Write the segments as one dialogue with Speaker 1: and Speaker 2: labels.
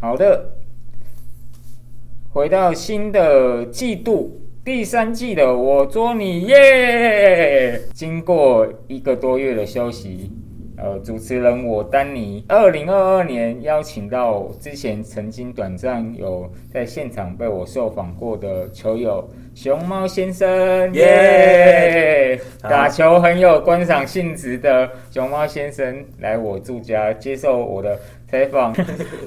Speaker 1: 好的，回到新的季度第三季的我捉你耶！经过一个多月的休息，呃，主持人我丹尼，二零二二年邀请到之前曾经短暂有在现场被我受访过的球友熊猫先生耶
Speaker 2: 耶
Speaker 1: 打球很有观赏性质的熊猫先生来我住家接受我的采访。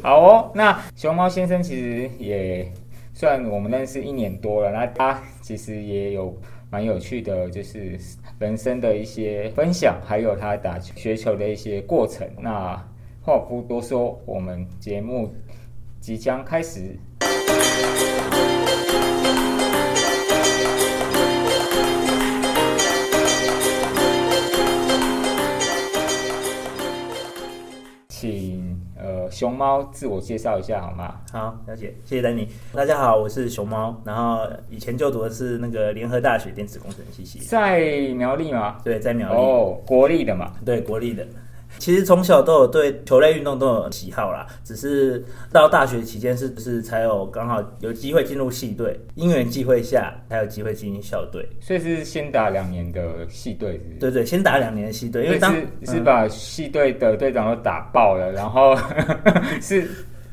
Speaker 1: 好哦，那熊猫先生其实也算我们认识一年多了，那他其实也有蛮有趣的，就是人生的一些分享，还有他打球学球的一些过程。那话不多说，我们节目即将开始。请呃熊猫自我介绍一下好吗？
Speaker 2: 好，了解，谢谢丹尼。大家好，我是熊猫，然后以前就读的是那个联合大学电子工程系系，
Speaker 1: 在苗栗吗？
Speaker 2: 对，在苗栗，
Speaker 1: 哦，国立的嘛。
Speaker 2: 对，国立的。其实从小都有对球类运动都有喜好啦，只是到大学期间是不是才有刚好有机会进入系队，因缘际会下才有机会进校队。
Speaker 1: 所以是先打两年的系队，是不是？
Speaker 2: 对对，先打两年的系队，因为
Speaker 1: 所
Speaker 2: 当嗯
Speaker 1: 以是是把系队的队长都打爆了，然后 是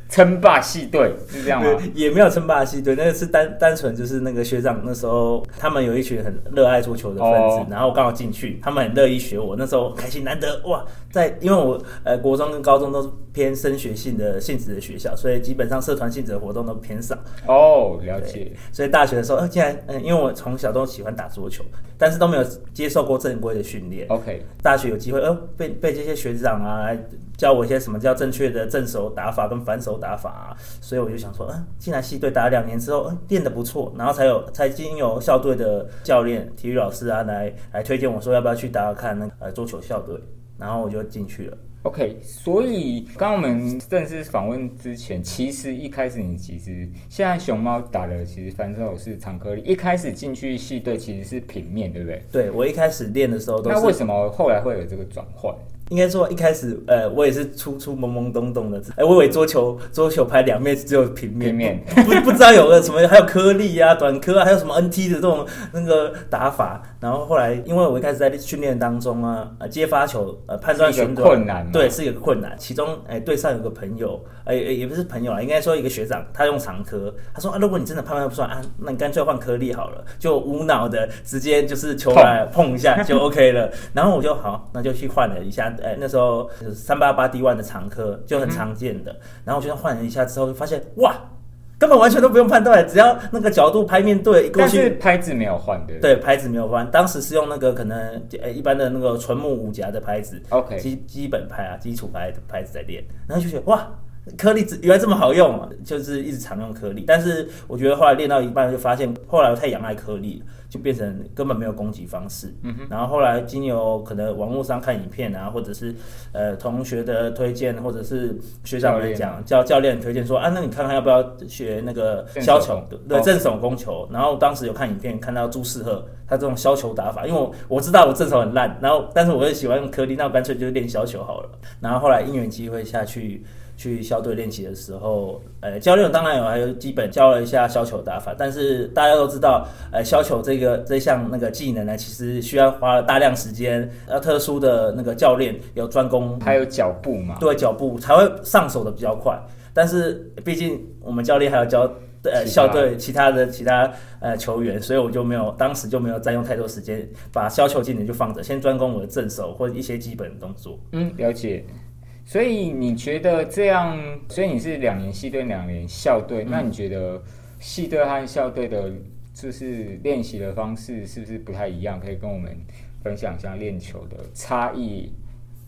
Speaker 1: 称霸系队，是这样吗？
Speaker 2: 对，也没有称霸系队，那个是单单纯就是那个学长那时候他们有一群很热爱桌球的分子，
Speaker 1: 哦
Speaker 2: 然后我刚好进去，他们很乐意学我，那时候开心难得哇，在因为我呃国中跟高中都是偏升学性的性质的学校，所以基本上社团性质的活动都偏少，
Speaker 1: 哦，了解。
Speaker 2: 所以大学的时候，呃，竟然嗯、因为我从小都喜欢打桌球，但是都没有接受过正规的训练，
Speaker 1: OK，
Speaker 2: 大学有机会，呃，被被这些学长啊来教我一些什么叫正确的正手打法跟反手打法、啊，所以我就想说，嗯、进来系队打了两年之后，嗯、练得不错，然后才有才经由校队的教练、体育老师啊来来推荐我说要不要去打打看那个呃桌球校队，然后我就进去了。
Speaker 1: OK，所以刚刚我们正式访问之前，其实一开始你其实现在熊猫打的其实反手是长颗粒，一开始进去系队其实是平面，对不对？
Speaker 2: 对我一开始练的时候都
Speaker 1: 那为
Speaker 2: 是，
Speaker 1: 什么后来会有这个转换？
Speaker 2: 应该说一开始呃我也是初初懵懵懂懂的，哎、我以为桌球桌球拍两面只有平面，
Speaker 1: 平面
Speaker 2: 不不知道有个什么，还有颗粒啊、短颗啊，还有什么 NT 的这种那个打法。然后后来，因为我一开始在训练当中啊，呃，接发球，呃，判断
Speaker 1: 是一个
Speaker 2: 旋转
Speaker 1: 困难嘛
Speaker 2: 对，是一个困难。其中，哎、对上有个朋友，哎、哎也不是朋友啊，应该说一个学长，他用长颗，他说啊，如果你真的判断不出来啊，那你干脆换颗粒好了，就无脑的直接就是球来碰一下 就 OK 了。然后我就好，那就去换了一下，哎、那时候三八八 D one 的长颗就很常见
Speaker 1: 嗯
Speaker 2: 的，然后我就换了一下之后，就发现哇。根本完全都不用判断，只要那个角度拍面对过
Speaker 1: 但是
Speaker 2: 去，
Speaker 1: 拍子没有换的。
Speaker 2: 对拍子没有翻。当时是用那个可能呃一般的那个纯木五夹的拍子
Speaker 1: OK
Speaker 2: 基基本拍啊，基础拍的拍子在练，然后就觉得哇。颗粒子原来这么好用啊，就是一直常用颗粒，但是我觉得后来练到一半就发现，后来我太仰赖颗粒了，就变成根本没有攻击方式。嗯哼。然后后来经由可能网络上看影片啊，或者是呃同学的推荐，或者是学长
Speaker 1: 教
Speaker 2: 们
Speaker 1: 练
Speaker 2: 讲教教练推荐说啊，那你看看要不要学那个
Speaker 1: 正
Speaker 2: 削
Speaker 1: 手
Speaker 2: 球
Speaker 1: 攻，
Speaker 2: 对
Speaker 1: 哦
Speaker 2: 正手攻球。然后当时有看影片，看到朱世赫他这种削球打法，因为我我知道我正手很烂，然后但是我又喜欢用颗粒，那我干脆就练削球好了。然后后来因缘机会下去去校队练习的时候，呃，教练当然有还有基本教了一下削球打法，但是大家都知道，呃，削球这个这项那个技能呢，其实需要花了大量时间，呃，特殊的那个教练有专攻，
Speaker 1: 还有脚步嘛？
Speaker 2: 啊对脚步才会上手的比较快。但是毕竟我们教练还有教
Speaker 1: 其他
Speaker 2: 呃校队其他的其他呃球员，所以我就没有当时就没有占用太多时间，把削球技能就放着，先专攻我的正手或者一些基本的动作。
Speaker 1: 嗯，了解。所以你觉得这样，所以你是两年系队，两年校队，
Speaker 2: 嗯
Speaker 1: 那你觉得系队和校队的，就是练习的方式是不是不太一样？可以跟我们分享一下练球的差异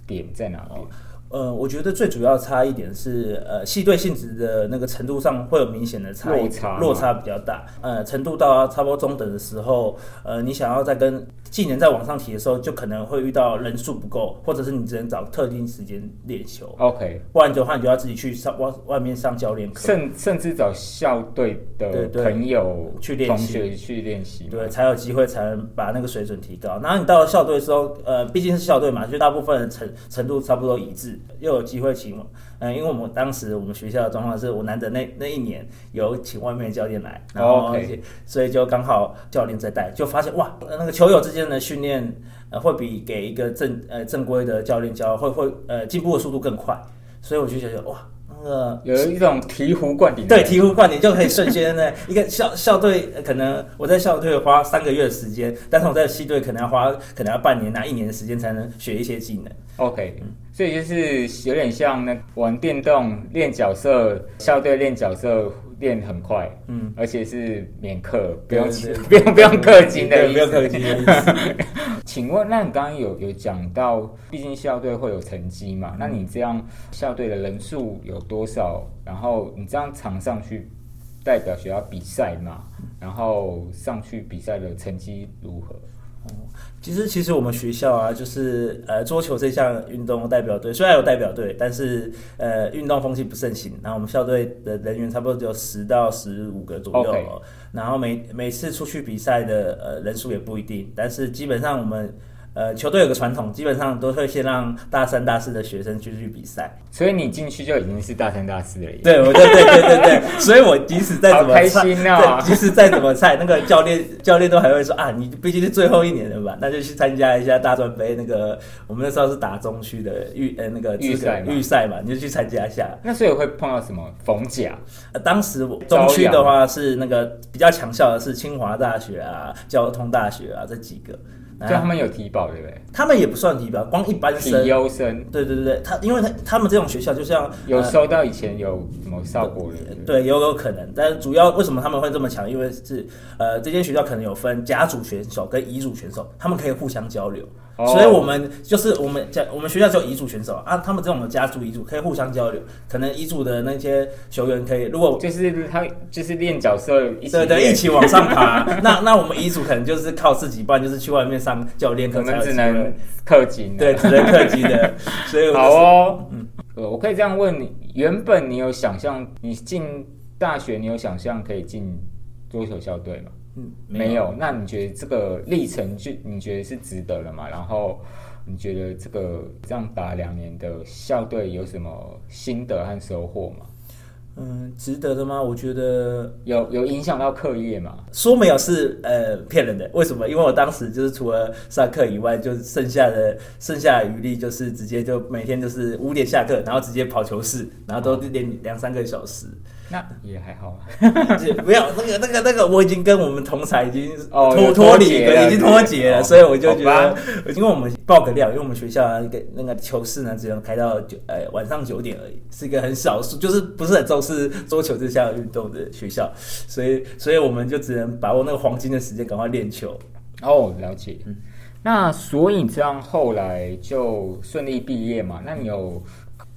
Speaker 1: 点在哪边？
Speaker 2: 呃，我觉得最主要差一点是，呃，系队性质的那个程度上会有明显的差异，
Speaker 1: 落差嘛
Speaker 2: 落差比较大。呃，程度到差不多中等的时候，呃，你想要再跟技能再往上提的时候，就可能会遇到人数不够，或者是你只能找特定时间练球。
Speaker 1: OK，
Speaker 2: 不然的话，你就要自己去上外外面上教练课，
Speaker 1: 甚甚至找校队的
Speaker 2: 对对
Speaker 1: 朋友、
Speaker 2: 去练
Speaker 1: 同
Speaker 2: 习
Speaker 1: 学去练习。
Speaker 2: 对，才有机会才能把那个水准提高。然后你到了校队之后，呃，毕竟是校队嘛，就大部分人程程度差不多一致，又有机会请我，嗯，因为我们当时我们学校的状况是我难得那那一年有请外面的教练来，然后
Speaker 1: OK
Speaker 2: 所以就刚好教练在带，就发现哇，那个球友之间的训练呃会比给一个正呃正规的教练教会会呃进步的速度更快，所以我就觉得哇，那个
Speaker 1: 有一种醍醐灌顶。
Speaker 2: 对，，醍醐灌顶就可以瞬间呢， 一个校校队呃可能我在校队花三个月的时间，但是我在系队可能要花可能要半年拿啊一年的时间才能学一些技能。
Speaker 1: OK，所以就是有点像那玩电动练角色，校队练角色练很快，
Speaker 2: 嗯，
Speaker 1: 而且是免课，不用 不
Speaker 2: 对对
Speaker 1: 用不用氪金的
Speaker 2: 对
Speaker 1: 意
Speaker 2: 不用
Speaker 1: 思。
Speaker 2: 氪金的意思。
Speaker 1: 请问，那你刚刚有有讲到，毕竟校队会有成绩嘛？
Speaker 2: 嗯
Speaker 1: 那你这样校队的人数有多少？然后你这样场上去代表学校比赛嘛？然后上去比赛的成绩如何？
Speaker 2: 其实，其实我们学校啊，就是呃，桌球这项运动代表队虽然有代表队，但是呃，运动风气不盛行。然后我们校队的人员差不多只有十到十五个左右
Speaker 1: OK
Speaker 2: 哦然后每每次出去比赛的呃人数也不一定，但是基本上我们。呃，球队有个传统，基本上都会先让大三、大四的学生去去比赛。
Speaker 1: 所以你进去就已经是大三大四了耶。
Speaker 2: 对，我就对对对对，所以我即使再怎么
Speaker 1: 好开
Speaker 2: 菜
Speaker 1: 心哦
Speaker 2: 对即使再怎么菜，那个教练教练都还会说啊，你毕竟是最后一年了吧，那就去参加一下大专杯那个，我们那时候是打中区的预呃那个资格
Speaker 1: 预赛嘛
Speaker 2: 预赛嘛，你就去参加一下。
Speaker 1: 那所以会碰到什么逢甲？
Speaker 2: 呃当时我中区的话是那个比较强校的是清华大学啊、交通大学啊这几个，
Speaker 1: 所以他
Speaker 2: 然后
Speaker 1: 们有体保对不啊对？
Speaker 2: 他们也不算体表，光一般
Speaker 1: 体
Speaker 2: 生。
Speaker 1: 优生
Speaker 2: 对对对对，他因为他他们这种学校就像
Speaker 1: 有
Speaker 2: 呃
Speaker 1: 收到以前有什么效果的？对不对
Speaker 2: 对，有有可能，但是主要为什么他们会这么强？因为是呃，这间学校可能有分甲组选手跟乙组选手，他们可以互相交流。
Speaker 1: 哦
Speaker 2: 所以我们就是我们讲，我们学校只有乙组选手啊，他们这种有甲组、乙组可以互相交流。可能乙组的那些球员可以，如果
Speaker 1: 就是他就是练角色一起
Speaker 2: 对
Speaker 1: 练
Speaker 2: 对一起往上爬，那那我们乙组可能就是靠自己，不然就是去外面上教练
Speaker 1: 我
Speaker 2: 课才
Speaker 1: 们
Speaker 2: 有
Speaker 1: 只
Speaker 2: 机
Speaker 1: 能
Speaker 2: 会。
Speaker 1: 氪金。啊
Speaker 2: 对，，只能氪金的。所以我
Speaker 1: 好
Speaker 2: 就是
Speaker 1: 哦。呃，我可以这样问你：
Speaker 2: 嗯
Speaker 1: 原本你有想象你进大学，你有想象可以进桌球校队吗？
Speaker 2: 嗯，
Speaker 1: 没有。那你觉得这个历程就你觉得是值得的吗？然后你觉得这个这样打两年的校队有什么心得和收获吗？
Speaker 2: 嗯，值得的吗？我觉得
Speaker 1: 有有影响到课业吗？
Speaker 2: 说没有是呃骗人的，为什么？因为我当时就是除了上课以外，就剩下的剩下的余力就是直接就每天就是五点下课，然后直接跑球室，然后都练两三个小时。
Speaker 1: 那也还好啊。
Speaker 2: 就没有那个那个那个，我已经跟我们同才已经
Speaker 1: 哦
Speaker 2: 脱
Speaker 1: 有
Speaker 2: 脱
Speaker 1: 脱
Speaker 2: 离
Speaker 1: 节
Speaker 2: 了，
Speaker 1: 了
Speaker 2: 已经脱节了，
Speaker 1: 哦
Speaker 2: 所以我就觉
Speaker 1: 好
Speaker 2: 得
Speaker 1: 吧，
Speaker 2: 因为我们爆个料，因为我们学校啊那个那个球室呢，只能开到九呃晚上九点而已，是一个很少数，就是不是很重视桌球这项运动的学校，所以所以我们就只能把握那个黄金的时间，赶快练球。
Speaker 1: 哦，了解。
Speaker 2: 嗯
Speaker 1: 那所以这样后来就顺利毕业嘛？那你有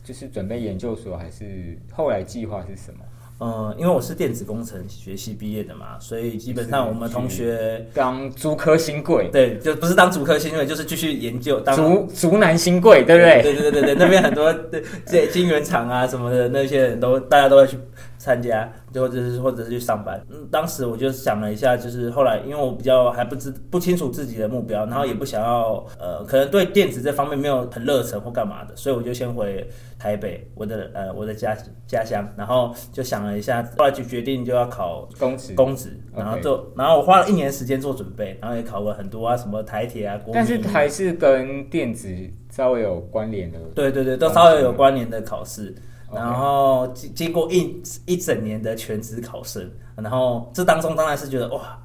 Speaker 1: 就是准备研究所，还是后来计划是什么？
Speaker 2: 嗯，因为我是电子工程学系毕业的嘛，所以基本上我们同学
Speaker 1: 当竹科新贵，
Speaker 2: 对就不是当主科新闻，就是继续研究当
Speaker 1: 竹竹南新贵，对不对？
Speaker 2: 对对对对对，那边很多对这金源厂啊什么的，那些人都大家都会去参加，就或者是或者是去上班。嗯，当时我就想了一下，就是后来因为我比较还不知不清楚自己的目标，然后也不想要呃，可能对电子这方面没有很热忱或干嘛的，所以我就先回台北，我的呃我的家家乡，然后就想了一下，后来就决定就要考
Speaker 1: 公职。
Speaker 2: 公职，
Speaker 1: OK
Speaker 2: 然后就然后我花了一年时间做准备，然后也考了很多啊什么台铁啊，国
Speaker 1: 但是
Speaker 2: 民
Speaker 1: 还是跟电子稍微有关联的。
Speaker 2: 对对对，都稍微有关联的考试。然后经经过一一整年的全职考生，然后这当中当然是觉得哇，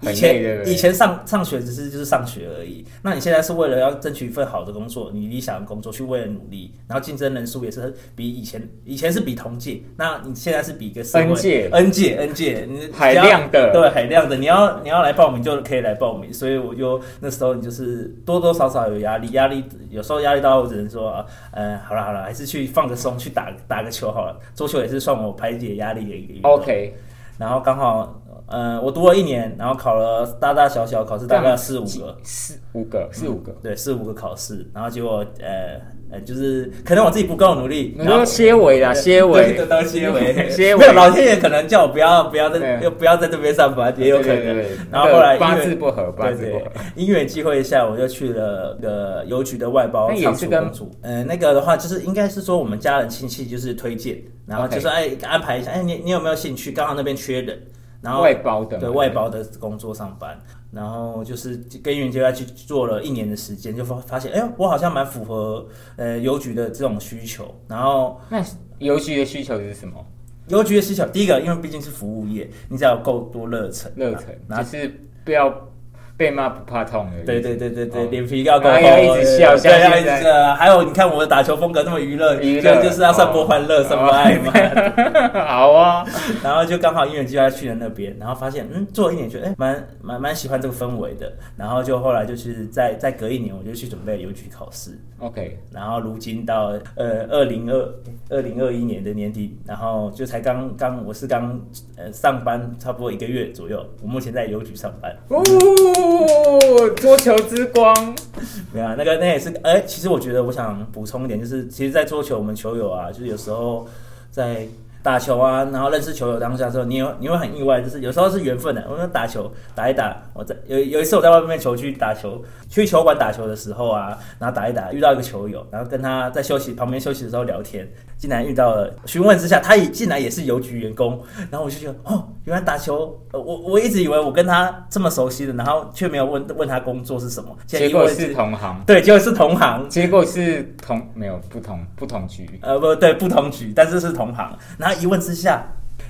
Speaker 2: 以
Speaker 1: 很累对
Speaker 2: 前
Speaker 1: 不对
Speaker 2: 以前上上学只是就是上学而已，那你现在是为了要争取一份好的工作，你理想的工作去为了努力，然后竞争人数也是比以前以前是比同届，那你现在是比一个社会
Speaker 1: N 届
Speaker 2: N 届 N 届，你
Speaker 1: 海
Speaker 2: 只要
Speaker 1: 量的
Speaker 2: 对海量的，你要你要来报名就可以来报名，所以我就那时候你就是多多少少有压力，压力有时候压力到我只能说啊，嗯、好了好了，还是去放个松，去
Speaker 1: 哦
Speaker 2: 打打个球好了。桌球也是算我排解压力的一个运动。
Speaker 1: OK，
Speaker 2: 然后刚好呃，我读了一年，然后考了大大小小考试，大
Speaker 1: 啊
Speaker 2: 概四五个，
Speaker 1: 四五个，
Speaker 2: 嗯
Speaker 1: 四五个。
Speaker 2: 对，四五个考试，然后结果呃呃，就是可能我自己不够努力，
Speaker 1: 你
Speaker 2: 然后
Speaker 1: 说歇尾啦，歇尾
Speaker 2: 对，到结尾，
Speaker 1: 结尾
Speaker 2: 没有老天爷可能叫我不要不要在
Speaker 1: 对
Speaker 2: 不要在这边上班，也有可
Speaker 1: 对
Speaker 2: 能
Speaker 1: 对对。
Speaker 2: 然后后来因为
Speaker 1: 八字不合八
Speaker 2: 对
Speaker 1: 字不合
Speaker 2: 对，因缘际会下，我就去了个邮局的外包
Speaker 1: 那也
Speaker 2: 仓
Speaker 1: 是
Speaker 2: 储
Speaker 1: 跟
Speaker 2: 公主。呃，那个的话就是应该是说我们家人亲戚就是推荐，然后
Speaker 1: OK
Speaker 2: 就说哎安排一下，哎你你有没有兴趣？刚好那边缺人，然后
Speaker 1: 外包的嘛
Speaker 2: 对外包的工作上班，然后就是跟云接外去做了一年的时间，就发发现，哎呦，我好像蛮符合呃邮局的这种需求。然后
Speaker 1: 那邮局的需求是什么？
Speaker 2: 邮局的需求，第一个，因为毕竟是服务业，你只要有够多热忱，啊
Speaker 1: 热忱，
Speaker 2: 然
Speaker 1: 就
Speaker 2: 后
Speaker 1: 是不要被骂不怕痛的意思。
Speaker 2: 对对对对对，
Speaker 1: 哦
Speaker 2: 脸皮要够厚，
Speaker 1: 然后要一直笑
Speaker 2: 对
Speaker 1: 像
Speaker 2: 要一
Speaker 1: 现在
Speaker 2: 直笑。还有，你看我的打球风格那么娱乐，
Speaker 1: 娱
Speaker 2: 就
Speaker 1: 乐
Speaker 2: 就是要散播欢乐，
Speaker 1: 哦
Speaker 2: 散播爱嘛。
Speaker 1: 好啊，
Speaker 2: 然后就刚好因缘际会去了那边，然后发现嗯，做了一年觉得哎，蛮蛮蛮喜欢这个氛围的。然后就后来就是再再隔一年，我就去准备邮局考试。
Speaker 1: OK，
Speaker 2: 然后如今到呃二零二二零二一年的年底，然后就才刚刚我是刚呃上班差不多一个月左右，我目前在邮局上班。
Speaker 1: 哦，桌球之光，
Speaker 2: 没有、啊，那个那也是，哎、其实我觉得我想补充一点，就是其实，在桌球我们球友啊，就是有时候在打球啊，然后认识球友当下的时候，你有你会很意外，就是有时候是缘分的、我们打球打一打，我在有有一次我在外面球区打球，去球馆打球的时候啊，然后打一打遇到一个球友，然后跟他在休息旁边休息的时候聊天，竟然遇到了询问之下，他也竟然也是邮局员工，然后我就觉得哦，原来打球，呃我我一直以为我跟他这么熟悉的，然后却没有问问他工作是什么，现在
Speaker 1: 结
Speaker 2: 因为
Speaker 1: 果是同行，
Speaker 2: 对，结果是同行，
Speaker 1: 结果是同没有不同不同局，
Speaker 2: 呃，不对，不同局，但是是同行。然后一问之下，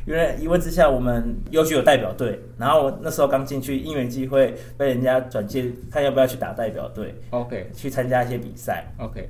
Speaker 2: 原来一问之下，我们邮局有代表队，然后我那时候刚进去，因缘机会被人家转介，看要不要去打代表队，
Speaker 1: OK
Speaker 2: 去参加一些比赛。
Speaker 1: OK，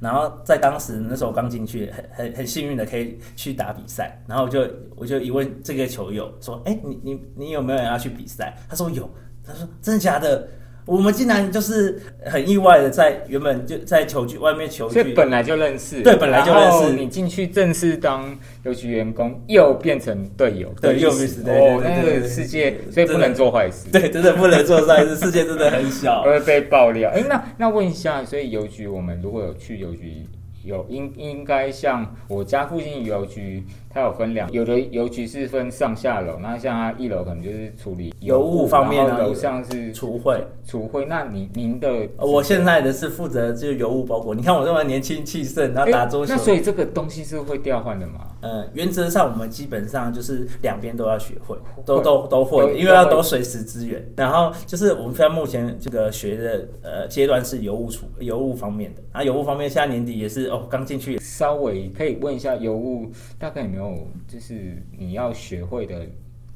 Speaker 2: 然后在当时那时候我刚进去，很很很幸运的可以去打比赛，然后我就我就一问这个球友说，哎，你你你有没有人要去比赛？他说有，他说真的假的？我们竟然就是很意外的在原本就在球局外面球
Speaker 1: 所以
Speaker 2: 局，
Speaker 1: 本来就认识，
Speaker 2: 对本来就认识
Speaker 1: 然后你进去正式当邮局员工，又变成队友，
Speaker 2: 对
Speaker 1: 的意思
Speaker 2: 又变成对对
Speaker 1: 哦，
Speaker 2: 对
Speaker 1: 那
Speaker 2: 对对
Speaker 1: 个
Speaker 2: 对
Speaker 1: 世界，
Speaker 2: 对
Speaker 1: 所以不能做坏事，
Speaker 2: 对，真的不能做赛事，世界真的很 小。
Speaker 1: 会被爆料。哎，那那问一下，所以邮局我们如果有去邮局，有应应该像我家附近邮局，它有分两，有的邮局是分上下楼，那像它一楼可能就是处理
Speaker 2: 邮务方面啊
Speaker 1: 然后楼上是
Speaker 2: 厨会，
Speaker 1: 储会。那你您的
Speaker 2: 呃我现在的是负责就是邮务包裹。你看我这么年轻气盛，然后
Speaker 1: 诶
Speaker 2: 打桌球
Speaker 1: 哎那，所以这个东西是会调换的吗？
Speaker 2: 呃，原则上我们基本上就是两边都要学会，都
Speaker 1: 会
Speaker 2: 都都会
Speaker 1: 都
Speaker 2: 的，因为要
Speaker 1: 都会
Speaker 2: 都随时支援。然后就是我们现在目前这个学的呃阶段是邮务处邮务方面的，啊，邮务方面现在年底也是哦，刚进去
Speaker 1: 稍微可以问一下邮务大概有没有，就是你要学会的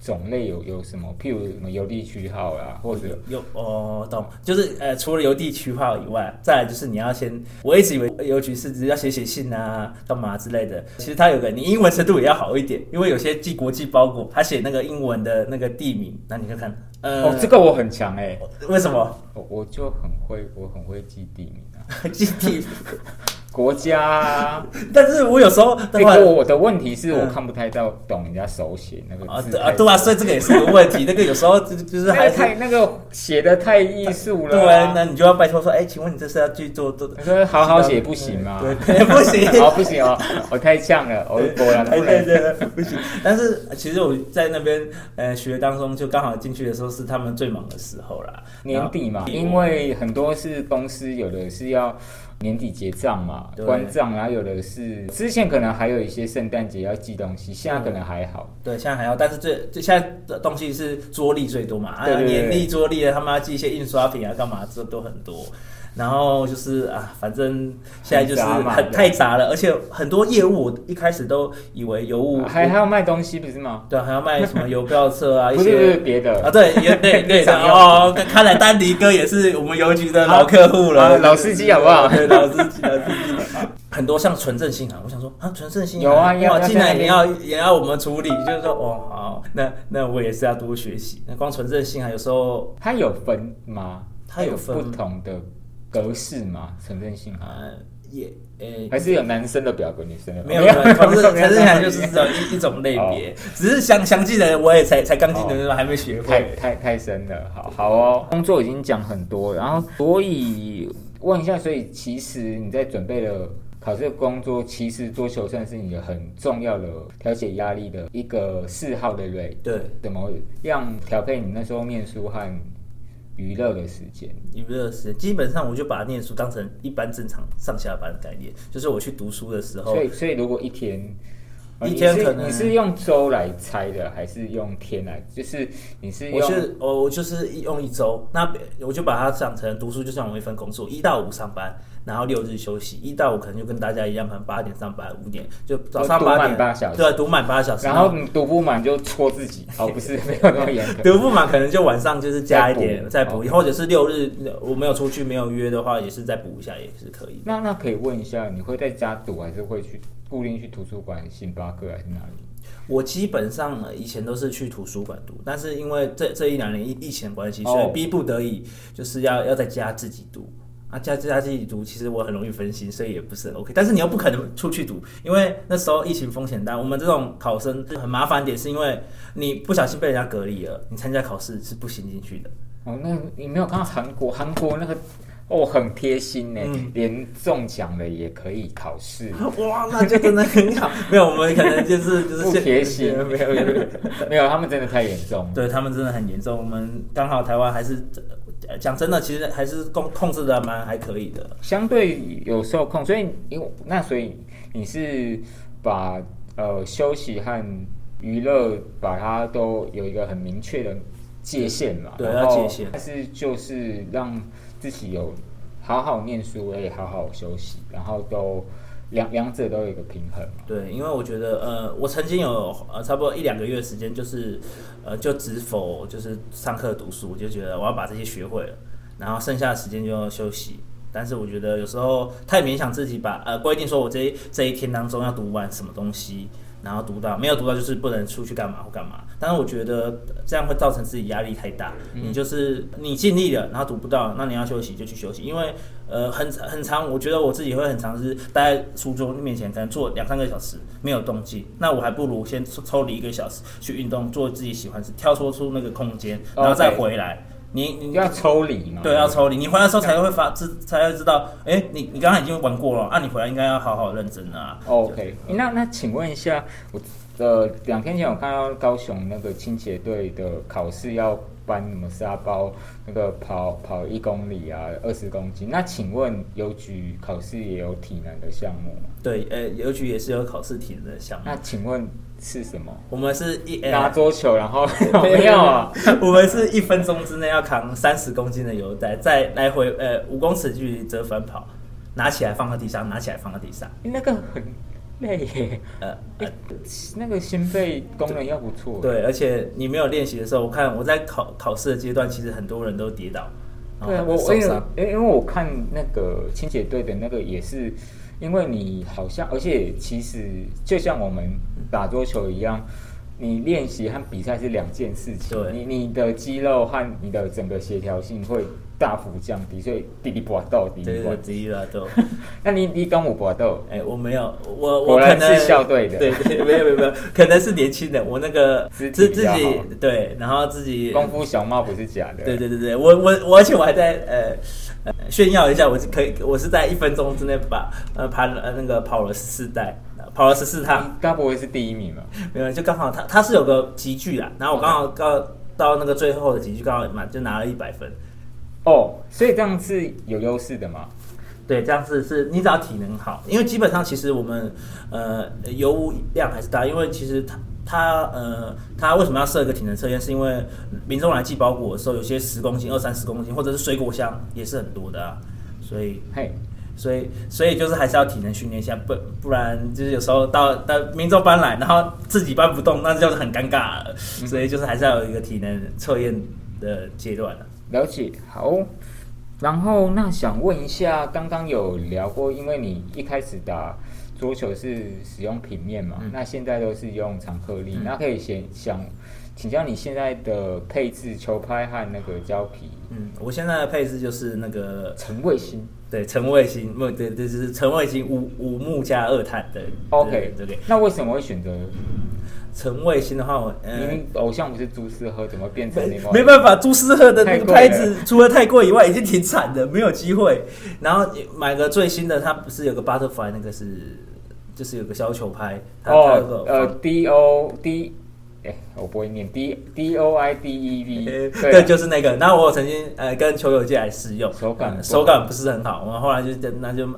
Speaker 1: 种类有有什么？譬如什么邮递区号啦，或者
Speaker 2: 有哦，懂，就是呃，除了邮递区号以外，再来就是你要先，我一直以为邮局是只是要写写信啊、干嘛之类的，其实它有个你英文程度也要好一点，因为有些寄国际包裹，它写那个英文的那个地名，那你就看，呃，
Speaker 1: 哦，这个我很强哎、
Speaker 2: 为什么
Speaker 1: 我哦我就很会，我很会记地名啊，
Speaker 2: 寄地名？
Speaker 1: 国家 啊。
Speaker 2: 但是我有时候
Speaker 1: 这
Speaker 2: 的话。
Speaker 1: 个我的问题是我
Speaker 2: 嗯
Speaker 1: 看不太到懂人家手写那个
Speaker 2: 啊
Speaker 1: 字
Speaker 2: 对啊
Speaker 1: 太，
Speaker 2: 对啊，所以这个也是个问题。那个有时候就就是
Speaker 1: 那
Speaker 2: 还
Speaker 1: 个
Speaker 2: 是
Speaker 1: 太那个写的太艺术了
Speaker 2: 对
Speaker 1: 啊。，
Speaker 2: 那你就要拜托说，哎，请问你这是要去做做？
Speaker 1: 你说好好写不行吗？
Speaker 2: 对，对 不行，
Speaker 1: 哦，不行哦，我太呛了，我果然
Speaker 2: 哎
Speaker 1: 不
Speaker 2: 对
Speaker 1: 能。
Speaker 2: 对对，不行。但是呃其实我在那边呃学当中，就刚好进去的时候是他们最忙的时候啦，
Speaker 1: 年底嘛，因为很多是公司，有的是要年底结账嘛，
Speaker 2: 对
Speaker 1: 关账，然后有的是之前可能还有一些圣诞节要寄东西，现在可能还好。
Speaker 2: 对，现在还要，但是最最现在的东西是桌历最多嘛，啊
Speaker 1: 对对对
Speaker 2: 年历桌历啊，他们要寄一些印刷品啊，干嘛这都很多。然后就是啊，反正现在就是
Speaker 1: 很杂嘛
Speaker 2: 很
Speaker 1: 对
Speaker 2: 太杂了，而且很多业务我一开始都以为邮务
Speaker 1: 还还要卖东西不是吗？
Speaker 2: 对，还要卖什么邮票册啊，一
Speaker 1: 不是不是
Speaker 2: 些
Speaker 1: 别的
Speaker 2: 啊，对，也 对对
Speaker 1: 常用
Speaker 2: 哦，看看来丹迪哥也是我们邮局的老客户
Speaker 1: 啊
Speaker 2: 了，
Speaker 1: 老司机好不好
Speaker 2: 对，老司机，老司机。很多像纯正信函，我想说啊， 纯正信函
Speaker 1: 有啊要
Speaker 2: 哇，
Speaker 1: 要
Speaker 2: 竟然
Speaker 1: 在那边
Speaker 2: 也要也要我们处理，就是说哦，好，那那我也是要多学习。那光纯正信函啊有时候，
Speaker 1: 它有分吗？
Speaker 2: 它有分
Speaker 1: 不同的格式吗？城镇信函
Speaker 2: 呃，也诶、
Speaker 1: 还是有男生的表格，女生的
Speaker 2: 没
Speaker 1: 表
Speaker 2: 有
Speaker 1: 格
Speaker 2: 没有，同 志
Speaker 1: 没有
Speaker 2: 同志
Speaker 1: 没有
Speaker 2: 还啊就是这种一一种类别，只是详详细的我也才才刚进的时候还没学
Speaker 1: 哦太
Speaker 2: 会。
Speaker 1: 太太深了，好好哦。工作已经讲很多，然后所以问一下，所以其实你在准备了考试的工作，其实桌球算是你的很重要的调节压力的一个嗜好，对不对？
Speaker 2: 对，
Speaker 1: 怎么样调配你那时候念书和娱乐的时间？
Speaker 2: 娱乐时间基本上我就把念书当成一般正常上下班的概念，就是我去读书的时候
Speaker 1: 所，以，所以如果一天，呃
Speaker 2: 哦一天
Speaker 1: 你是
Speaker 2: 可能
Speaker 1: 你是用周来猜的，还是用天来？就是你是
Speaker 2: 我
Speaker 1: 用
Speaker 2: 是哦我我就是一用一周，那我就把它想成读书就像我一份工作，一到五上班，然后六日休息。一到五可能就跟大家一样，可能八点上班，五点就早上
Speaker 1: 读
Speaker 2: 八
Speaker 1: 满
Speaker 2: 点
Speaker 1: 八小时
Speaker 2: 对，读满八小时，
Speaker 1: 然后你读不满就戳自 己，哦，不是 没有那么严格。
Speaker 2: 读不满可能就晚上就是加一点
Speaker 1: 再
Speaker 2: 再
Speaker 1: 补哦
Speaker 2: 补，或者是六日呃我没有出去没有约的话，也是再补一下也是可以。
Speaker 1: 那那可以问一下，你会在家读，还是会去固定去图书馆、星巴克还是哪里？
Speaker 2: 我基本上呃以前都是去图书馆读，但是因为这这一两年疫疫情的关系，
Speaker 1: 哦
Speaker 2: 所以逼不得已就是要要在家自己读。啊，家家自己读，其实我很容易分心，所以也不是很 OK。但是你又不可能出去读，因为那时候疫情风险大。我们这种考生很麻烦点，是因为你不小心被人家隔离了，你参加考试是不行进去的。
Speaker 1: 哦，那你没有看到韩国？韩国那个哦，很贴心呢，
Speaker 2: 嗯
Speaker 1: 连中奖了也可以考试，
Speaker 2: 哇，那就真的很好。 没有，我们可能 就是就是
Speaker 1: 不
Speaker 2: 现
Speaker 1: 贴心，
Speaker 2: 没
Speaker 1: 没
Speaker 2: 有
Speaker 1: 有
Speaker 2: 没有。
Speaker 1: 没有，他们真的太严重了。
Speaker 2: 对他们真的很严重。我们刚好台湾还是呃讲真的，其实还是控控制的蛮还可以的。
Speaker 1: 相对有受控，所以因为那所以你是把呃休息和娱乐把它都有一个很明确的界限嘛，
Speaker 2: 对
Speaker 1: 然后
Speaker 2: 要界限
Speaker 1: 但是就是让自己有好好念书，也好好休息，然后都两两者都有一个平衡嘛。
Speaker 2: 对，因为我觉得呃，我曾经有呃差不多一两个月的时间，就是呃就只否就是上课读书，我就觉得我要把这些学会了，然后剩下的时间就要休息。但是我觉得有时候太勉强自己把呃规定说我这一这一天当中要读完什么东西，然后读到没有读到就是不能出去干嘛或干嘛。但是我觉得这样会造成自己压力太大。你就是你尽力了，然后读不到，那你要休息就去休息，因为呃很很长，我觉得我自己会很长是待在书桌面前，可能坐两三个小时没有动静，那我还不如先抽抽离一个小时去运动，做自己喜欢的事，跳脱出那个空间，然后再
Speaker 1: OK
Speaker 2: 回来。你你
Speaker 1: 你要抽离嘛？
Speaker 2: 嗯对，要抽离。你回来的时候才会发知，才会知道，哎、你你刚刚已经玩过了，啊，你回来应该要好好认真啊。
Speaker 1: 哦 OK，那那请问一下，我呃两天前我看到高雄那个清洁队的考试要搬什么沙包，那个跑跑一公里啊，二十公斤。那请问邮局考试也有体能的项目吗？
Speaker 2: 对，呃、邮局也是有考试体能的项目
Speaker 1: 那。请问是什么？
Speaker 2: 我们是一
Speaker 1: 拿
Speaker 2: 呃，
Speaker 1: 桌球，然后没有啊？，
Speaker 2: 我们是一分钟之内要扛三十公斤的油袋，再来回呃五公尺距离折返跑，拿起来放到地上，拿起来放到地上，
Speaker 1: 那个很累耶，
Speaker 2: 呃，呃
Speaker 1: 那个心肺功能要不错。，
Speaker 2: 对，而且你没有练习的时候，我看我在考考试的阶段，其实很多人都跌倒，然
Speaker 1: 对啊，
Speaker 2: 后
Speaker 1: 我我
Speaker 2: 受
Speaker 1: 因
Speaker 2: 伤。
Speaker 1: 为因为我看那个清洁队的那个也是，因为你好像，而且其实就像我
Speaker 2: 嗯
Speaker 1: 们打桌球一样，你练习和比赛是两件事情，
Speaker 2: 对
Speaker 1: 你你的肌肉和你的整个协调性会大幅降低，所以滴滴不到滴
Speaker 2: 对
Speaker 1: 滴
Speaker 2: 对对，
Speaker 1: 不。
Speaker 2: 第一了 都。
Speaker 1: 那你你跟我搏斗，
Speaker 2: 哎、我没有，我
Speaker 1: 果
Speaker 2: 我可
Speaker 1: 然
Speaker 2: 能
Speaker 1: 是校队的
Speaker 2: 对对，没有没有没有，可能是年轻人，我那个
Speaker 1: 肢
Speaker 2: 自
Speaker 1: 体
Speaker 2: 自
Speaker 1: 比较好
Speaker 2: 己对，然后自己
Speaker 1: 功夫小帽不是假的，
Speaker 2: 对对对对，我我我而且我还在呃呃炫耀一下，我是可以，我是在一分钟之内把呃爬了呃那个跑了十四代，跑了十四趟，
Speaker 1: 你该不会是第一名吧？
Speaker 2: 没有，就刚好他他是有个集距啦，然后我刚好到到那个最后的集距，刚好满就拿了一百分。
Speaker 1: 哦，所以这样是有优势的嘛？
Speaker 2: 对，这样子是你只要体能好，因为基本上其实我们呃油污量还是大，因为其实它它呃它为什么要设一个体能测验，是因为民众来寄包裹的时候，有些十公斤、二三十公斤，或者是水果箱也是很多的啊，所以
Speaker 1: 嘿，
Speaker 2: 所以所以就是还是要体能训练一下，不不然就是有时候到到民众搬来，然后自己搬不动，那就是很尴尬了，所以就是还是要有一个体能测验的阶段啊了。
Speaker 1: 了解，好。然后那想问一下，刚刚有聊过，因为你一开始打桌球是使用平面嘛，
Speaker 2: 嗯
Speaker 1: 那现在都是用长颗粒，那可以先想请教你现在的配置球拍和那个胶皮
Speaker 2: 嗯，我现在的配置就是那个
Speaker 1: 陈卫星，
Speaker 2: 对，陈卫星木，对对，就是陈卫星五五木加二碳对
Speaker 1: OK，
Speaker 2: 对对。
Speaker 1: 那为什么会选择？
Speaker 2: 陈卫星的话，我嗯、
Speaker 1: 您偶像不是朱世赫，怎么变成
Speaker 2: 没
Speaker 1: 另外？
Speaker 2: 没办法，朱思赫的那
Speaker 1: 太
Speaker 2: 个
Speaker 1: 贵
Speaker 2: 拍
Speaker 1: 了
Speaker 2: 子除了太贵以外，已经挺惨的，没有机会。然后买个最新的，它不是有个 Butterfly 那个是，就是有个小球拍，它它有
Speaker 1: 哦
Speaker 2: 个，
Speaker 1: 呃，D O D，哎、我不会念 D D O I D E V，
Speaker 2: 呃
Speaker 1: 对啊，
Speaker 2: 对，就是那个。然后我曾经呃跟球友借来试用，
Speaker 1: 手感
Speaker 2: 呃
Speaker 1: 不好
Speaker 2: 手感不是很好。我们后来就那就，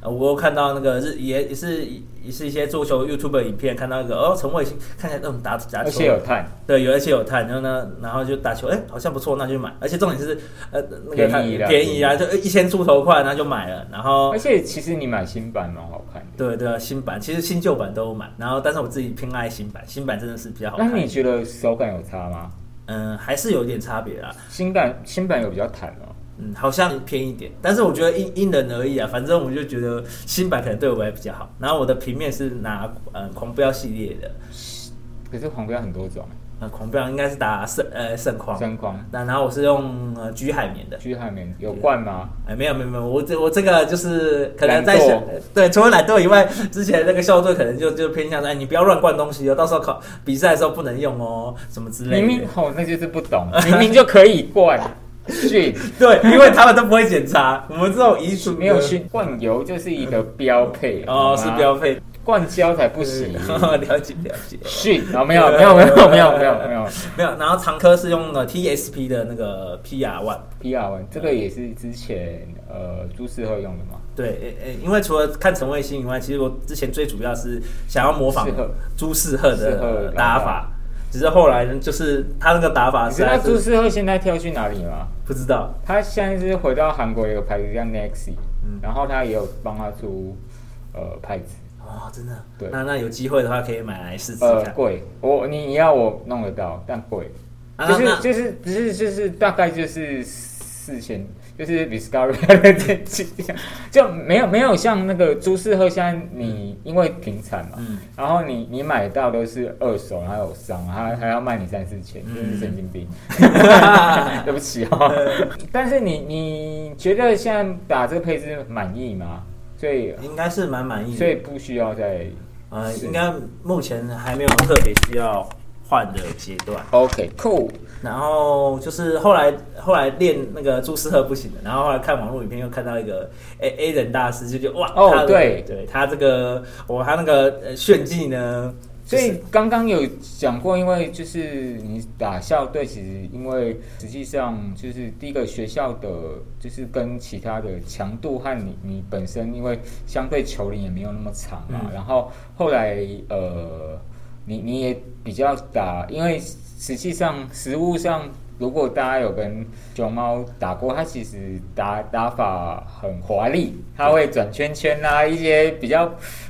Speaker 2: 呃我有看到那个日也也是也是一些做球 YouTube 影片，看到一个哦陈伟星看起来嗯打打
Speaker 1: 而
Speaker 2: 球
Speaker 1: 且有碳，
Speaker 2: 对，有而且有碳，然后呢，然后就打球，哎，好像不错，那就买。而且重点是，呃，那个它
Speaker 1: 便宜啦
Speaker 2: 便宜啊，就一千出头块，然后就买了。然后
Speaker 1: 而，且其实你买新版蛮好看的。
Speaker 2: 对对啊，新版其实新旧版都有买，然后但是我自己偏爱新版，新版真的是比较好
Speaker 1: 那
Speaker 2: 看。
Speaker 1: 你觉得手感有差吗？
Speaker 2: 嗯，还是有一点差别啦。
Speaker 1: 新版新版有比较弹哦。
Speaker 2: 嗯，好像偏一点，但是我觉得因因人而异啊。反正我就觉得新版可能对我来比较好。然后我的平面是拿呃狂飙系列的，
Speaker 1: 可是黄标很多种，
Speaker 2: 呃狂飙应该是打圣呃圣狂，
Speaker 1: 三框、
Speaker 2: 那然后我是用呃橘海绵的，
Speaker 1: 居海绵有冠吗？
Speaker 2: 哎，没有没有没有，我这我这个就是可能在
Speaker 1: 懒惰
Speaker 2: 想呃对，除了懒惰以外，之前那个校队可能就就偏向说，哎，你不要乱灌东西哦，到时候考比赛的时候不能用哦，什么之类
Speaker 1: 明明
Speaker 2: 的。
Speaker 1: 哦，那就是不懂，明明就可以灌训，
Speaker 2: 对，因为他们都不会检查，我们这种遗属
Speaker 1: 没有训灌油就是一个标配
Speaker 2: 哦，是标
Speaker 1: 配，
Speaker 2: 配，哦
Speaker 1: 灌胶才不 行。
Speaker 2: 了解了解。
Speaker 1: 训啊，没有没有没有没有没有没有
Speaker 2: 没有，然后常科是用了 TSP 的那个 PR One，
Speaker 1: ，PR 文这个也是之前呃朱世赫用的嘛，
Speaker 2: 对，诶诶，因为除了看陈卫星以外，其实我之前最主要是想要模仿
Speaker 1: 适合
Speaker 2: 朱世赫
Speaker 1: 适合
Speaker 2: 的打法，只是后来呢，就是他那个打法
Speaker 1: 你
Speaker 2: 是
Speaker 1: 知道
Speaker 2: 还
Speaker 1: 朱
Speaker 2: 是
Speaker 1: 世赫现在跳去哪里吗？
Speaker 2: 不知道，
Speaker 1: 他现在是回到韩国有个牌子叫 Nexi，、
Speaker 2: 嗯
Speaker 1: 然后他也有帮他出呃牌子，
Speaker 2: 哦，真的，
Speaker 1: 对
Speaker 2: 那那有机会的话可以买来试试
Speaker 1: 呃
Speaker 2: 看。
Speaker 1: 贵，我你你要我弄得到，但贵，
Speaker 2: 啊
Speaker 1: 就
Speaker 2: 那
Speaker 1: 是就是不是就是大概就是四千，就是 Viscaria 的这这样，就没有没有像那个朱世赫现在你因为停产嘛，
Speaker 2: 嗯
Speaker 1: 然后你你买到都是二手，还有伤，还还要卖你三四千，真是神经病。
Speaker 2: 嗯
Speaker 1: 对不起 哦，但是你你觉得现在打这个配置满意吗？所以
Speaker 2: 应该是蛮满意的，
Speaker 1: 所以不需要再
Speaker 2: 呃，
Speaker 1: 是
Speaker 2: 应该目前还没有特别需要换的阶段。
Speaker 1: OK cool
Speaker 2: 然后就是后来后来练那个朱思赫不行了，然后后来看网络影片又看到一个 A A 人大师，就觉得哇，
Speaker 1: 哦
Speaker 2: 他的
Speaker 1: 对
Speaker 2: 对他这个我他那个呃炫技呢，
Speaker 1: 所
Speaker 2: 就是
Speaker 1: 以刚刚有讲过，因为就是你打校队，其实因为呃实际上就是第一个学校的，就是跟其他的强度和你你本身，因为相对球龄也没有那么长嘛。
Speaker 2: 嗯
Speaker 1: 然后后来呃，你你也比较打，因为实际上实物上，如果大家有跟熊猫打过，它其实打打法很华丽，它会转圈圈啊，一些比较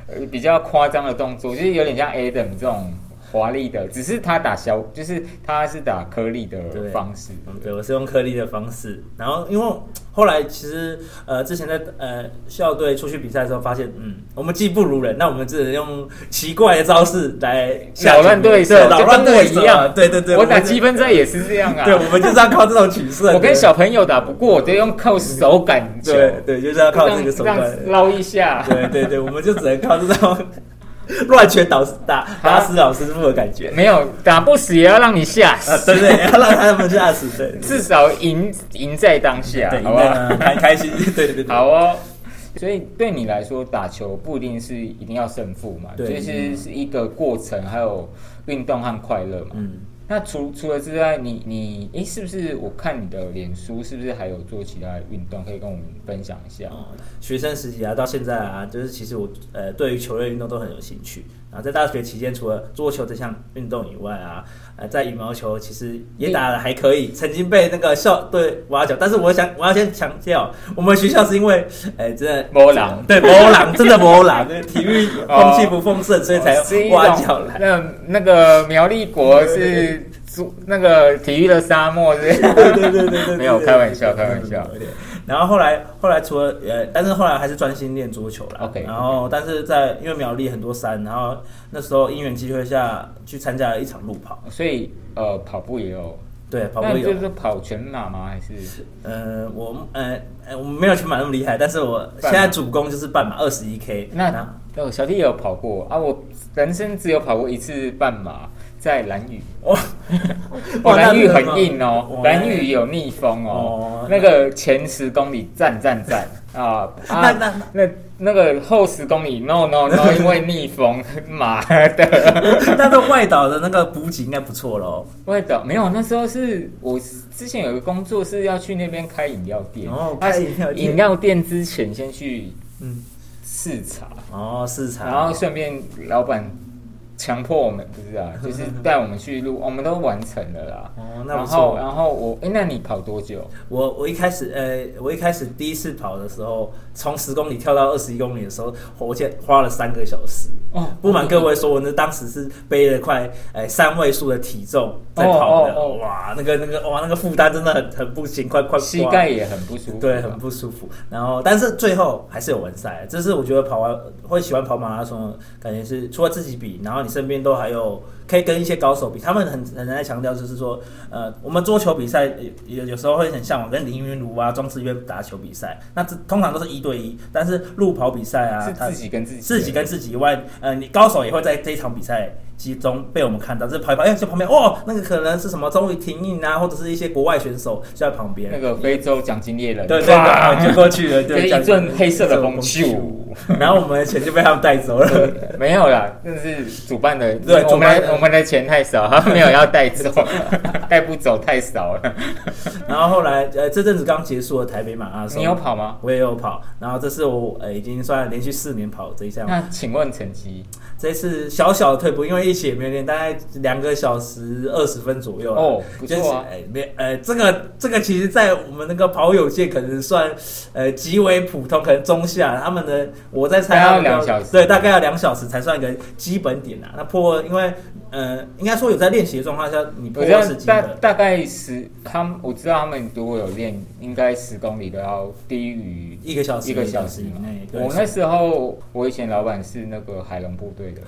Speaker 1: 呃比较夸张的动作，就是有点像 Adam 这种华丽的，只是他打小，就是他是打颗粒的
Speaker 2: 对
Speaker 1: 方式。
Speaker 2: 嗯，对，我是用颗粒的方式。然后因为后来其实呃，之前在呃校队出去比赛的时候，发现嗯，我们技不如人，那我们只能用奇怪的招式来
Speaker 1: 扰乱对手，
Speaker 2: 对
Speaker 1: 就
Speaker 2: 扰乱
Speaker 1: 跟我
Speaker 2: 对
Speaker 1: 一
Speaker 2: 手啊
Speaker 1: 样。
Speaker 2: 对对对，
Speaker 1: 我
Speaker 2: 们
Speaker 1: 打
Speaker 2: 就
Speaker 1: 积分赛也是这样啊。
Speaker 2: 对，我们就是要靠这种取胜。
Speaker 1: 我跟
Speaker 2: 对
Speaker 1: 小朋友打不过，我就用靠手感球，
Speaker 2: 对对，就是要靠这个手
Speaker 1: 这
Speaker 2: 段
Speaker 1: 样。捞一下。
Speaker 2: 对对对，我们就只能靠这种 乱拳打打
Speaker 1: 啊
Speaker 2: 打死老师傅的感觉。
Speaker 1: 没有打不死也要让你吓
Speaker 2: 啊，
Speaker 1: 死，
Speaker 2: 对对，要让他们吓死，对
Speaker 1: 至少赢赢在当下，
Speaker 2: 对，
Speaker 1: 啊好
Speaker 2: 赢
Speaker 1: 不好？
Speaker 2: 得开开心，对对对，
Speaker 1: 好哦。所以对你来说，打球不一定是一定要胜负嘛，
Speaker 2: 对
Speaker 1: 就是是一个过程，还有运动和快乐嘛。
Speaker 2: 嗯。
Speaker 1: 那除除了之外，你你诶，是不是我看你的脸书，是不是还有做其他的运动，可以跟我们分享一下？
Speaker 2: 哦，学生时期啊，到现在啊，就是其实我呃对于球类运动都很有兴趣。然后在大学期间，除了桌球这项运动以外啊，呃，在羽毛球其实也打的还可以，曾经被那个校队挖角。但是我想，我要先强调，我们学校是因为，呃，真的
Speaker 1: 没人
Speaker 2: 对，波浪真的波浪， 体育风气不丰盛，所以才
Speaker 1: 哦是一种
Speaker 2: 挖角来。
Speaker 1: 那那个苗栗国是租那个体育的沙漠是不是？
Speaker 2: 对对对对对，
Speaker 1: 没有开玩笑开玩笑。
Speaker 2: 然后后来后来除了呃，但是后来还是专心练桌球啦。
Speaker 1: OK，OK
Speaker 2: 然后但是在因为苗栗很多山，然后那时候因缘机会下去参加了一场路跑。
Speaker 1: 所以呃，跑步也有
Speaker 2: 对，跑
Speaker 1: 那
Speaker 2: 步
Speaker 1: 你
Speaker 2: 有
Speaker 1: 就。是跑全马吗？还是
Speaker 2: 呃，我呃呃，我没有去马那么厉害，但是我
Speaker 1: 半马
Speaker 2: 现在主攻就是半马二十一 K。
Speaker 1: 那那小弟也有跑过啊？我人生只有跑过一次半马，在蓝屿。
Speaker 2: 哇，
Speaker 1: 哦，
Speaker 2: 那
Speaker 1: 蓝屿
Speaker 2: 个
Speaker 1: 很硬哦
Speaker 2: 哇，
Speaker 1: 蓝屿有逆风
Speaker 2: 哦
Speaker 1: 哦，那个前十公里赞赞赞啊
Speaker 2: 那
Speaker 1: 啊
Speaker 2: 那！
Speaker 1: 那那个后十公里 no no no，因为逆风，妈的！
Speaker 2: 那个外岛的那个补给应该不错喽。
Speaker 1: 外岛没有，那时候是我之前有个工作是要去那边开饮料店，
Speaker 2: 哦
Speaker 1: 啊
Speaker 2: 开饮料店
Speaker 1: 饮料店之前先去
Speaker 2: 嗯，
Speaker 1: 视察，
Speaker 2: 哦，市场。
Speaker 1: 然后顺便老板强迫我们，不是 啊，就是带我们去录，我们都完成了啦。
Speaker 2: 哦，那
Speaker 1: 然
Speaker 2: 不
Speaker 1: 后，
Speaker 2: 错。
Speaker 1: 然后我，哎，那你跑多久？
Speaker 2: 我我一开始呃，我一开始第一次跑的时候，从十公里跳到二十一公里的时候，我记得花了三个小时。
Speaker 1: 哦
Speaker 2: 不瞒各位说，我那当时是背了快哎三位数的体重在
Speaker 1: 哦
Speaker 2: 跑的，
Speaker 1: 哦哦
Speaker 2: 哇，那个那个哇，那个负担真的很很不行，快快
Speaker 1: 膝
Speaker 2: 挂了
Speaker 1: 盖也很不舒服，啊
Speaker 2: 对，很不舒服。然后，但是最后还是有完赛，这是我觉得跑完会喜欢跑马拉松的感觉是，除了自己比，然后你身边都还有可以跟一些高手比。他们很很在强调，就是说，呃，我们桌球比赛有有时候会很向往跟林云儒啊、庄智渊打球比赛，那这通常都是一对一，但是路跑比赛啊，
Speaker 1: 是
Speaker 2: 它
Speaker 1: 自己跟自己，
Speaker 2: 自己跟自己以外，呃，你高手也会在这一场比赛其中被我们看到，这跑一跑，哎、就旁边哦，那个可能是什么终于停印啊，或者是一些国外选手就在旁边，
Speaker 1: 那个非洲奖金猎人，
Speaker 2: 对对啊
Speaker 1: 哇
Speaker 2: 对，就过去了，
Speaker 1: 就是
Speaker 2: 对，
Speaker 1: 一阵黑色的风咻。
Speaker 2: 然后我们的钱就被他们带走了。
Speaker 1: 没有啦，那是主办的，
Speaker 2: 对
Speaker 1: 我
Speaker 2: 主
Speaker 1: 们
Speaker 2: 办
Speaker 1: 的我们的钱太 少，他没有要带走， 带不走太少了。
Speaker 2: 然后后来，呃，这阵子刚结束了台北马拉松，
Speaker 1: 你有？跑吗？
Speaker 2: 我也有跑。然后这是我呃已经算连续四年跑这一项，
Speaker 1: 那请问成绩？
Speaker 2: 这一次小小的退步，因为一起也没有练，大概两个小时二十分左右啦
Speaker 1: 哦不错啊
Speaker 2: 就是哎、没呃，这个这个其实，在我们那个跑友界可能算呃极为普通，可能中下。他们的我在猜，
Speaker 1: 大概要
Speaker 2: 他们
Speaker 1: 两小时
Speaker 2: 对，大概要两小时才算一个基本点啊。那破，因为呃，应该说有在练习的状况下，你破
Speaker 1: 我知道
Speaker 2: 二十基
Speaker 1: 大
Speaker 2: 本。
Speaker 1: 大概十，他们我知道他们如果有练，应该十公里都要低于
Speaker 2: 一个小时，
Speaker 1: 一个小
Speaker 2: 时
Speaker 1: 时
Speaker 2: 以
Speaker 1: 嘛
Speaker 2: 内。对
Speaker 1: 我那时候，我以前老板是那个海龙部队 的，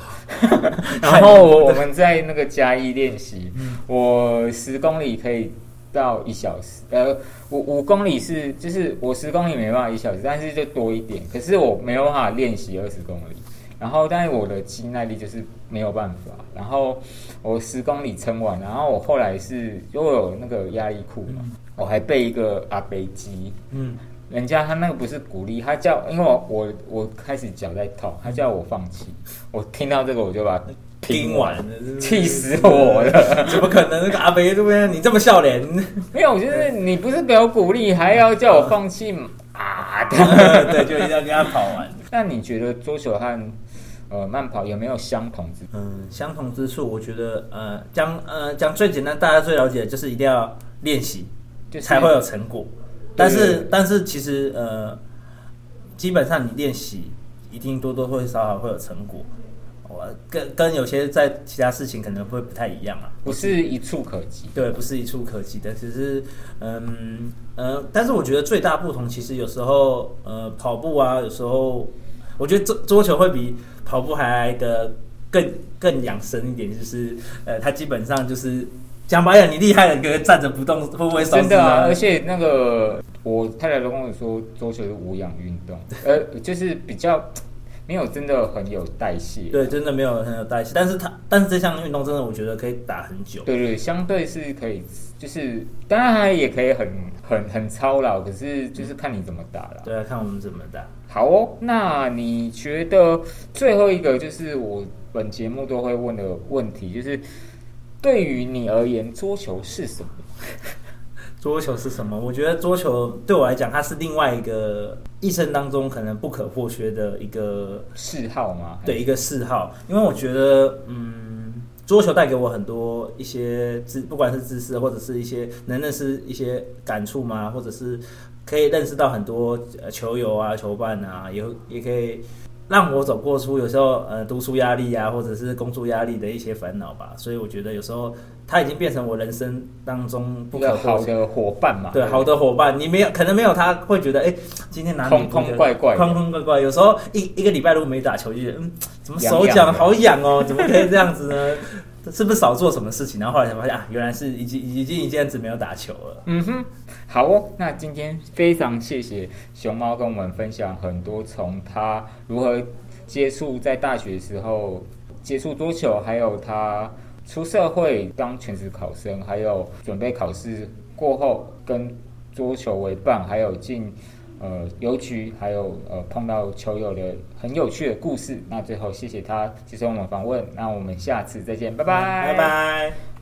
Speaker 1: 然
Speaker 2: 海龙
Speaker 1: 后
Speaker 2: 部队
Speaker 1: 我们在那个嘉义练习，
Speaker 2: 嗯
Speaker 1: 我十公里可以到一小时，呃，五五公里是就是我十公里没办法一小时，但是就多一点，可是我没有办法练习二十公里。然后，但是我的肌耐力就是没有办法。然后我十公里撑完，然后我后来是因为我有那个压力裤嘛，我还备一个阿贝机，
Speaker 2: 嗯，
Speaker 1: 人家他那个不是鼓励，他叫，因为我我我开始脚在痛，他叫我放弃，我听到这个我就把它
Speaker 2: 拼完了，是不是
Speaker 1: 气死我了！
Speaker 2: 怎么可能？那个阿肥这边你这么 笑脸，
Speaker 1: 没有，就是你不是给我鼓励，还要叫我放弃嘛啊的。
Speaker 2: 对，就一定要跟他跑完。
Speaker 1: 那你觉得桌球和呃慢跑有没有相同之处？
Speaker 2: 嗯，相同之处，我觉得呃，讲呃讲最简单，大家最了解的就是一定要练习，
Speaker 1: 就是
Speaker 2: 才会有成果。但
Speaker 1: 对
Speaker 2: 是但是其实呃，基本上你练习一定多多会少少会有成果。我跟跟有些在其他事情可能会不太一样啊。
Speaker 1: 不是一触可及？
Speaker 2: 对，不是一触可及的，只是嗯呃，但是我觉得最大不同，其实有时候呃跑步啊，有时候我觉得桌桌球会比跑步还来的更更养生一点，就是呃，它基本上就是讲白了，你厉害的哥站着不动，会不会烧
Speaker 1: 真
Speaker 2: 死
Speaker 1: 的啊！
Speaker 2: 啊
Speaker 1: 而且那个我太太都跟我说，桌球是无氧运动，呃，就是比较没有真的很有代谢。
Speaker 2: 对，真的没有很有代谢，但是它但是这项运动真的我觉得可以打很久。
Speaker 1: 对啊对，相对是可以，就是当然它也可以很很很操劳，可是就是看你怎么打了。
Speaker 2: 对啊，看我们怎么打。
Speaker 1: 好哦，那你觉得最后一个就是我本节目都会问的问题，就是对于你而言，桌球是什么？
Speaker 2: 桌球是什么？我觉得桌球对我来讲，它是另外一个一生当中可能不可或缺的一个
Speaker 1: 嗜好吗？
Speaker 2: 对一个嗜好，因为我觉得，嗯，桌球带给我很多一些知，不管是知识或者是一些能认识一些感触嘛，或者是可以认识到很多呃球友啊、球伴啊，也也可以让我走过出有时候呃读书压力啊，或者是工作压力的一些烦恼吧。所以我觉得有时候它已经变成我人生当中不
Speaker 1: 一
Speaker 2: 可
Speaker 1: 个
Speaker 2: 或
Speaker 1: 好
Speaker 2: 缺
Speaker 1: 的伙伴嘛。
Speaker 2: 对，好的伙伴，你没有，可能没有他会觉得，哎、今天哪里
Speaker 1: 空空
Speaker 2: 不得
Speaker 1: 怪怪的
Speaker 2: 空空怪怪。有时候一一个礼拜如果没打球，就觉得，嗯，怎么
Speaker 1: 痒
Speaker 2: 手
Speaker 1: 痒
Speaker 2: 痒
Speaker 1: 的
Speaker 2: 好痒哦，怎么可以这样子呢？ 是不是少做什么事情？然后后来才发现啊，原来是已经已经一阵子没有打球了。
Speaker 1: 嗯哼，好哦。那今天非常谢谢熊猫跟我们分享很多从他如何接触在大学时候接触桌球，还有他出社会当全职考生，还有准备考试过后跟桌球为伴，还有进呃邮局，还有呃碰到球友的很有趣的故事。那最后谢谢他接受我们访问，那我们下次再见，拜拜，
Speaker 2: 拜拜。